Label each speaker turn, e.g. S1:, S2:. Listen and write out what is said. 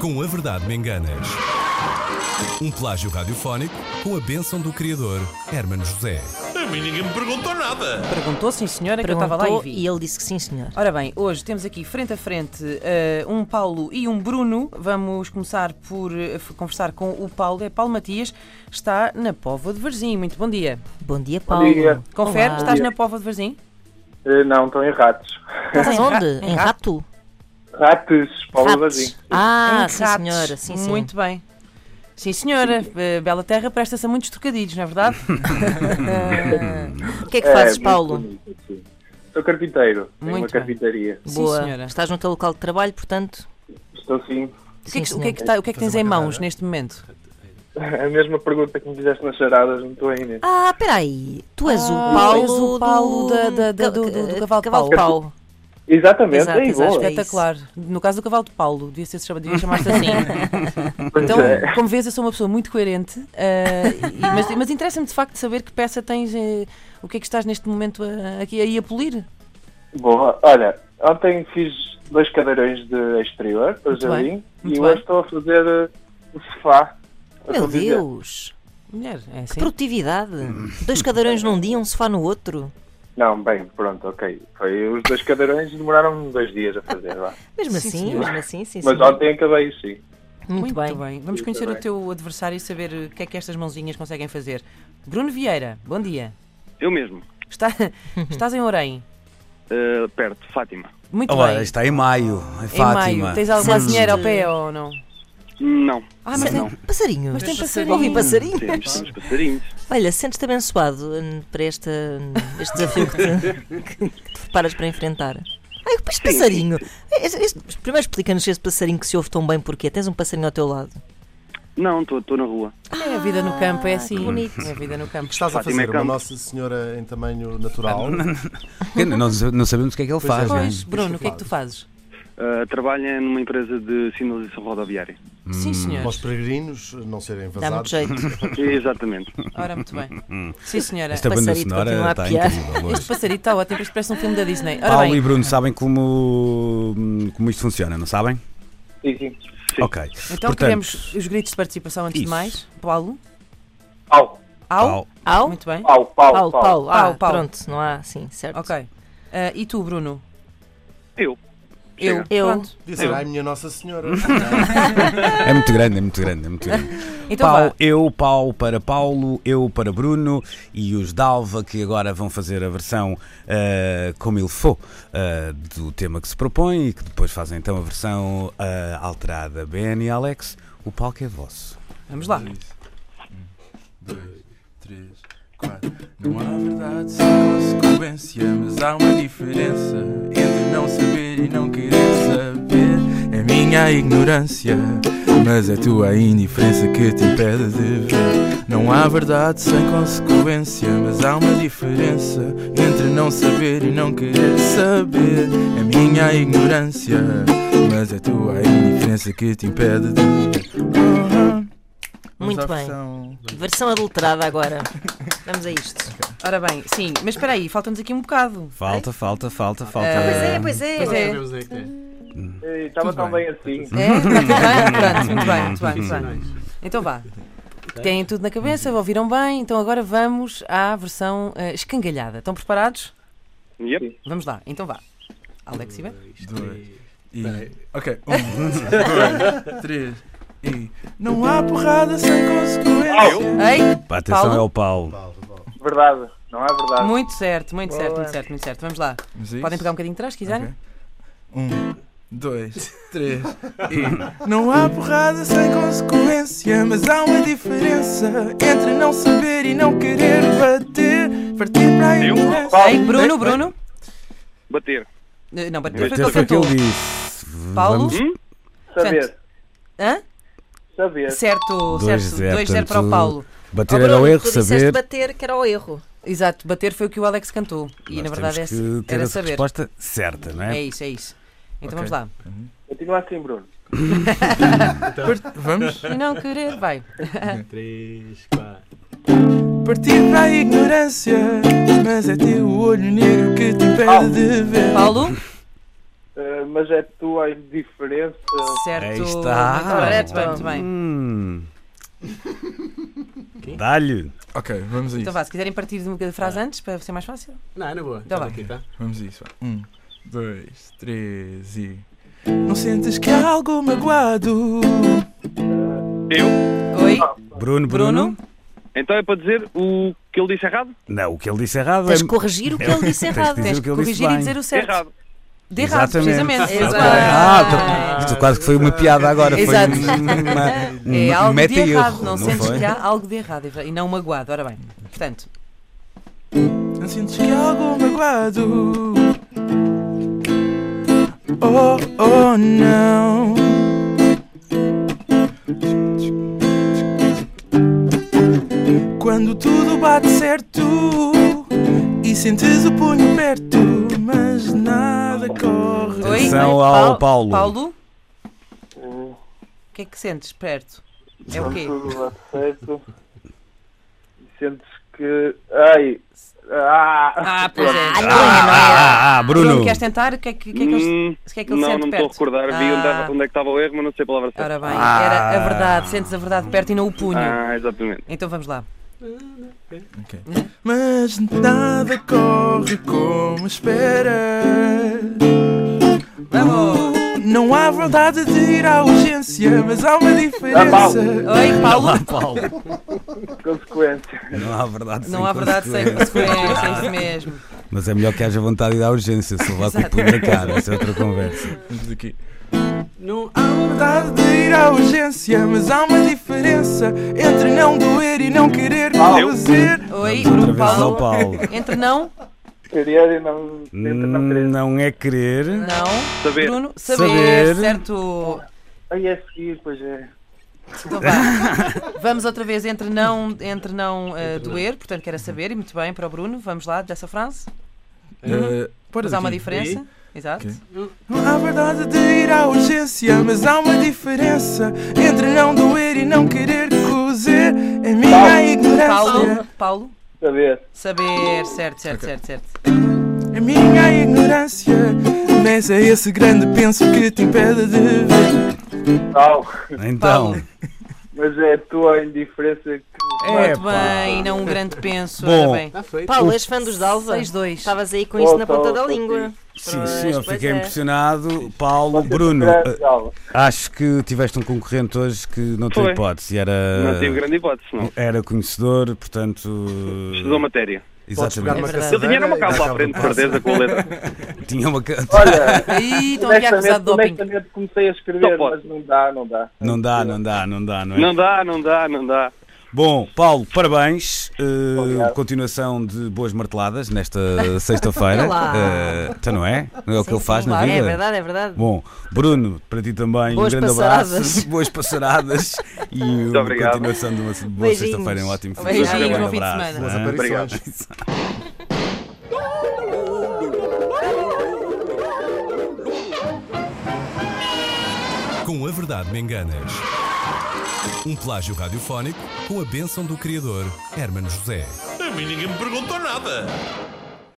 S1: com A Verdade Me Enganas. Um plágio radiofónico com a bênção do criador, Hermano José.
S2: A mim ninguém me perguntou nada.
S3: Perguntou, sim, senhora,
S4: Perguntou
S3: que eu estava lá e vi.
S4: ele disse que sim, senhor.
S3: Ora bem, hoje temos aqui frente a frente eh, um Paulo e um Bruno. Vamos começar por eh, f- conversar com o Paulo. É Paulo Matias, está na Póvoa de Varzim. Muito bom dia.
S4: Bom dia, Paulo.
S5: dia.
S3: Confere,
S4: Olá.
S3: estás na Póvoa de Varzim?
S5: Eh, Não, estão em ratos.
S4: Estás
S3: Em
S4: onde?
S3: ra- em
S4: Em rato?
S5: Ratos, Paulo
S4: Ratos.
S5: Vazim.
S4: Ah,
S3: Em
S4: sim,
S3: Ratos.
S4: senhora. Sim, sim.
S3: Um Muito bem. Sim, senhora. Eh, Bela Terra presta-se a muitos trocadilhos, não é verdade?
S4: O que é que fazes,
S5: muito
S4: Paulo?
S5: bonito, sim. Sou carpinteiro, tenho
S3: Muito
S5: uma
S3: bem.
S5: carpintaria.
S3: Sim,
S4: Boa.
S3: senhora.
S4: Estás no teu local de trabalho, portanto.
S5: Estou sim.
S3: O que é que,
S4: sim,
S3: o que é
S4: senhor.
S3: que tá- o que é que tens em mãos neste momento?
S5: A mesma pergunta que me fizeste nas charadas, não estou né? ainda.
S4: Ah, peraí. Tu és o
S3: Ah,
S4: Paulo,
S3: és o Paulo
S4: do...
S3: da- da- da- do- do- do cavalo de
S4: de
S3: pau.
S4: pau.
S5: Exatamente,
S4: Exato,
S5: é
S4: exato,
S5: igual.
S4: é
S3: Espetacular. No caso do cavalo de Paulo, devia, ser- devia chamar-se assim.
S5: Pois
S3: Então,
S5: é.
S3: como vês, eu sou uma pessoa muito coerente, ah, e- mas, mas interessa-me de facto saber que peça tens, eh, o que é que estás neste momento a- aqui aí a polir.
S5: Boa. Olha, ontem fiz dois cadeirões de exterior para o
S3: Muito bem,
S5: jardim
S3: muito
S5: e hoje
S3: bem.
S5: estou a fazer eh, o sofá. a
S4: Meu
S5: conviver.
S4: Deus.
S3: Mulher, é assim.
S4: Produtividade. Dois cadeirões num dia, um sofá no outro.
S5: Não, bem, pronto, ok. Foi os dois cadeirões demoraram dois dias a fazer, vá.
S4: Mesmo
S3: Sim,
S4: assim,
S3: senhora.
S4: mesmo assim, sim,
S5: Mas
S4: senhor.
S5: ontem acabei, sim.
S4: Muito, bem.
S3: Vamos
S5: Muito
S3: conhecer o
S5: bem.
S3: teu adversário e saber eh, o que é que estas mãozinhas conseguem fazer. Bruno Vieira, bom dia.
S6: Eu mesmo,
S3: Está- estás em Orem.
S6: eh, perto, Fátima.
S3: Muito
S7: Olha,
S3: bem.
S7: está em maio, em,
S3: em
S7: Fátima.
S3: maio. Tens alguma dinheiro ao pé ou não?
S6: Não.
S3: Ah, mas tem,
S6: não.
S4: Passarinhos.
S3: mas tem passarinho.
S4: Ouvi passarinho.
S6: Temos, temos passarinhos.
S4: Olha, sentes-te abençoado hum, para este, hum, este desafio que te, que- que te preparas para enfrentar? Ai, este passarinho! É, Este- este- primeiro explica-nos este passarinho que se ouve tão bem porquê. Tens um passarinho ao teu lado.
S6: Não, estou na rua.
S3: É a vida no campo, é assim.
S4: que bonito.
S3: É a vida no campo.
S8: Estás a
S6: Fátima é
S8: fazer uma
S6: Campos.
S8: Nossa Senhora em tamanho natural.
S7: Que não- Nós não sabemos o que é que ele faz, não é?
S3: Pois, Bruno, o que é que tu fazes?
S6: Eh, trabalho numa empresa de sinalização rodoviária.
S7: Hum.
S3: Sim, senhor.
S8: Para os peregrinos não serem
S4: Dá
S8: vazados.
S4: muito jeito.
S6: É Exatamente.
S3: Ora, muito bem. Sim, senhora.
S7: Esta banda
S4: Passarito
S7: sonora
S4: continua a
S7: está
S4: piar.
S7: incrível
S3: Este
S7: hoje.
S3: passarinho está ótimo, isto parece um filme da Disney. Ora
S7: Paulo
S3: bem,
S7: e Bruno sabem como, como isto funciona, não sabem?
S5: Sim, sim.
S6: Sim.
S7: Ok.
S3: Então
S7: Portanto,
S3: queremos os gritos de participação antes de
S7: Isso.
S3: mais. Paulo?
S5: Pau,
S3: Au?
S7: Paulo.
S4: Au?
S3: Muito bem.
S5: pau, pau,
S4: Paulo,
S5: pau.
S4: Paulo, ah,
S3: Paulo, Paulo.
S4: pronto, não há, sim, certo.
S3: Ok. Ah, e tu, Bruno?
S6: Eu.
S3: Eu.
S6: Chega.
S4: Eu.
S3: Pronto.
S8: Podia ser, ai minha Nossa Senhora. Não,
S7: É muito grande, é muito grande, é muito grande.
S3: Então
S7: Pau,
S3: vá.
S7: eu, pau para Paulo, eu para Bruno e os Dalva que agora vão fazer a versão ah, como ele for ah, do tema que se propõe e que depois fazem então a versão ah, alterada. Ben e Alex, o palco é vosso.
S3: Vamos lá.
S9: dois, três, quatro. Não há verdade sem consequência, mas há uma diferença entre não saber e não querer saber. É minha ignorância, mas é tua indiferença que te impede de ver. Não há verdade sem consequência, mas há uma diferença entre não saber e não querer saber. É minha ignorância, mas é tua indiferença que te impede de ver. Uhum. Vamos
S4: Muito
S9: à
S4: bem.
S9: versão.
S4: Versão adulterada agora. Vamos a isto.
S3: Ora bem, sim, mas espera aí, falta-nos aqui um bocado.
S7: Falta, falta, falta, falta. um.
S4: pois é.
S3: Eh, Pois é.
S8: sabemos é que é.
S5: Ei, Estava tão bem assim.
S3: É? Está tudo bem? Pronto, muito bem, muito bem, muito bem. Então vá. Têm tudo na cabeça, ouviram bem, então agora vamos à versão ah, escangalhada. Estão preparados?
S6: Yep.
S3: Vamos lá, então vá. Alex e Ben?
S9: Dois. E... Ok. Um, dois, três. E. Não há porrada sem consequência.
S3: Ei,
S7: Pá, atenção
S3: Paulo?
S7: é o Paulo.
S5: Verdade, não é verdade.
S3: muito certo, muito certo, muito certo, muito certo. Vamos lá.
S9: Vamos a é isso?
S3: Podem pegar um bocadinho de trás, se quiserem.
S9: Ok. Um, dois, três e. Não há porrada sem consequência, mas há uma diferença entre não saber e não querer bater. Partir para a
S6: Eu?
S9: ignorância.
S3: Ei, Bruno, Bruno.
S6: Bater.
S3: Eh, Não, bateu.
S7: Até foi o que ele disse.
S3: Paulo?
S7: Vamos
S5: Saber,
S3: Hã?
S5: saber.
S3: Certo,
S7: Dois zero,
S3: certo. 2-0 para o
S7: portanto,
S3: Paulo.
S7: bater era o erro,
S4: tu disseste
S7: saber.
S4: bater que era o erro.
S3: Exato, bater foi o que o Alex cantou. E
S7: Nós
S3: na verdade é,
S7: temos que ter
S3: era
S7: a
S3: saber.
S7: resposta certa, não
S3: É
S7: é?
S3: isso, é isso. Então
S9: Ok.
S3: vamos lá.
S5: Continua assim, Bruno.
S9: Part- Vamos?
S3: E não querer, vai.
S9: Partir para a ignorância, mas é teu olho negro que te impede de ver.
S3: Paulo,
S5: eh, mas é tua a indiferença.
S3: Certo. Então,
S7: Aí está.
S3: Muito bem, muito bem.
S7: Hum. Dá-lhe.
S9: Ok, vamos a
S3: Então
S9: isso.
S3: vá, se quiserem partir de um bocadinho de
S7: Tá.
S3: frase antes, para ser mais fácil.
S10: Não, na boa.
S3: Tá
S10: Tá
S3: bem.
S10: aqui, tá?
S9: Vamos a isso. vá. Um, dois, três e. Não sentes que há algo magoado?
S10: tá?
S3: Oi,
S7: Bruno, Bruno.
S3: Bruno.
S6: Então é para dizer o que ele disse errado?
S7: Não, o que ele disse errado
S4: Tens
S7: é.
S4: de corrigir o que ele disse
S7: Tens de
S4: errado.
S7: dizer
S3: Tens
S7: o que
S3: que
S7: ele disse
S3: corrigir e
S7: bem.
S3: dizer o certo.
S6: Errado.
S3: De errado,
S7: Exatamente. então,
S3: precisamente.
S4: Exato.
S7: Ah,
S3: Exato.
S7: então, isto quase que foi uma piada agora. Foi
S3: Exato.
S7: uma, uma,
S3: É
S7: um
S3: algo
S7: meta
S3: de errado,
S7: erro.
S3: não, sentes
S7: foi?
S3: que há algo de errado é verdade, e não magoado, ora bem. Portanto,
S9: Não sentes que há algo magoado? Oh, oh, não. Quando tudo bate certo e sentes o punho perto, mas nada corre.
S3: oi,
S7: Atenção
S3: oi,
S7: ao Paulo.
S3: é? Paulo,
S6: Hum.
S5: Eh,
S3: o que é que sentes perto? É o quê?
S5: Tudo dá certo. Sentes que. Ai! Ah!
S3: Ah, pois é.
S4: Ah, não é, não é.
S7: Ah, ah, ah, Bruno.
S3: queres tentar? O que é que, o que, é que, ele-
S6: Hum,
S3: o que é que ele
S6: não,
S3: sente
S6: não me estou a
S3: perto?
S6: recordar. Vi onde,
S3: Ah.
S6: era- onde é que estava o erro, mas não sei a palavra certa.
S3: Ora bem,
S7: Ah.
S3: era a verdade, sentes a verdade perto e não o punho.
S6: Ah, exatamente.
S3: Então vamos lá.
S9: Mas nada corre como esperas.
S3: Vamos!
S9: Não há vontade de ir à urgência, mas há uma diferença.
S3: Oi, Paulo!
S7: Paulo.
S5: Consequência.
S7: Não há verdade sem
S3: Não há verdade sem
S7: consequência.
S3: consequência, é isso mesmo.
S7: Mas é melhor que haja vontade de dar urgência, se levar com o
S3: Exato.
S7: punho na cara. Essa é outra conversa.
S9: Vamos aqui.
S10: Não
S9: Há vontade de ir à urgência, mas há uma diferença entre não doer e não querer fazer.
S3: Oi,
S7: Outra
S3: Bruno
S7: vez ao
S3: Paulo.
S7: Paulo.
S3: Entre não,
S5: Querer e não. Tenta não querer.
S7: Não é querer.
S3: não,
S6: Saber.
S3: Bruno,
S7: Saber.
S3: saber, certo?
S5: Ai, é seguir, pois é.
S3: Então vá. Vamos outra vez entre não, entre não eh, doer, portanto que era saber, e muito bem para o Bruno, vamos lá, dessa frase. Mas há uma diferença. Exato.
S9: Ok. Não há verdade de ir à urgência, mas há uma diferença entre não doer e não querer cozer. É minha ignorância.
S3: Paulo, Paulo,
S5: Saber.
S3: saber, certo, certo, certo, certo.
S9: É minha ignorância. Mas é esse grande penso que te impede de ver.
S5: Tal.
S7: Então.
S3: Paulo.
S5: Mas é a tua indiferença que.
S3: Muito
S7: Epá.
S3: bem, e não um grande penso,
S7: Bom.
S3: ora bem.
S10: Está feito.
S4: Paulo, és fã dos Dalva?
S3: 6-2.
S4: Estavas aí com isto na
S5: Oh,
S4: ponta da
S5: Paulo,
S4: língua.
S7: Sim,
S4: Pois,
S7: senhor,
S4: pois
S7: fiquei
S4: é.
S7: impressionado. Paulo, Bruno,
S5: Grande
S7: eh,
S5: gala.
S7: acho que tiveste um concorrente hoje que não teve
S6: Foi.
S7: hipótese.
S6: Não
S8: Ah.
S6: tive
S7: Era,
S6: grande hipótese, não.
S7: era conhecedor, portanto.
S6: Estudou matéria.
S8: Podes pegar uma
S7: Exatamente.
S4: É
S3: Ah.
S4: verdade.
S6: Ele tinha era
S8: caçadeira
S6: uma
S8: e dar
S6: calça à
S8: cabo
S6: frente,
S8: do
S6: de
S8: passo.
S6: certeza, com a letra.
S7: Tinha uma. ca-
S5: Olha,
S3: Ih, estão aqui a acusar de
S5: honestamente, é
S3: doping.
S5: honestamente comecei a escrever,
S6: Não pode.
S5: mas não dá, não dá.
S7: Não dá, não dá, não dá, não é?
S6: Não dá, não dá, não dá.
S8: é
S7: Bom, Paulo, parabéns. Eh,
S5: Obrigado.
S7: continuação de boas marteladas nesta sexta-feira.
S4: Olá.
S7: Eh, então não é? Não é o que
S4: Sim,
S7: ele faz
S4: sim,
S7: na
S4: claro.
S7: vida?
S4: É verdade, é verdade.
S7: Bom, Bruno, para ti também
S4: Boas
S7: um grande
S4: passaradas.
S7: abraço, boas passaradas e uma
S6: obrigado.
S7: continuação de uma boa sexta-feira, um ótimo fim de
S3: Beijinhos,
S7: semana.
S3: bom
S7: Um
S3: fim de
S7: abraço,
S3: semana.
S7: hã?
S8: Aparições.
S1: Com a verdade me enganas. Um plágio radiofónico com a bênção do criador Hermano José.
S2: A mim ninguém me perguntou nada.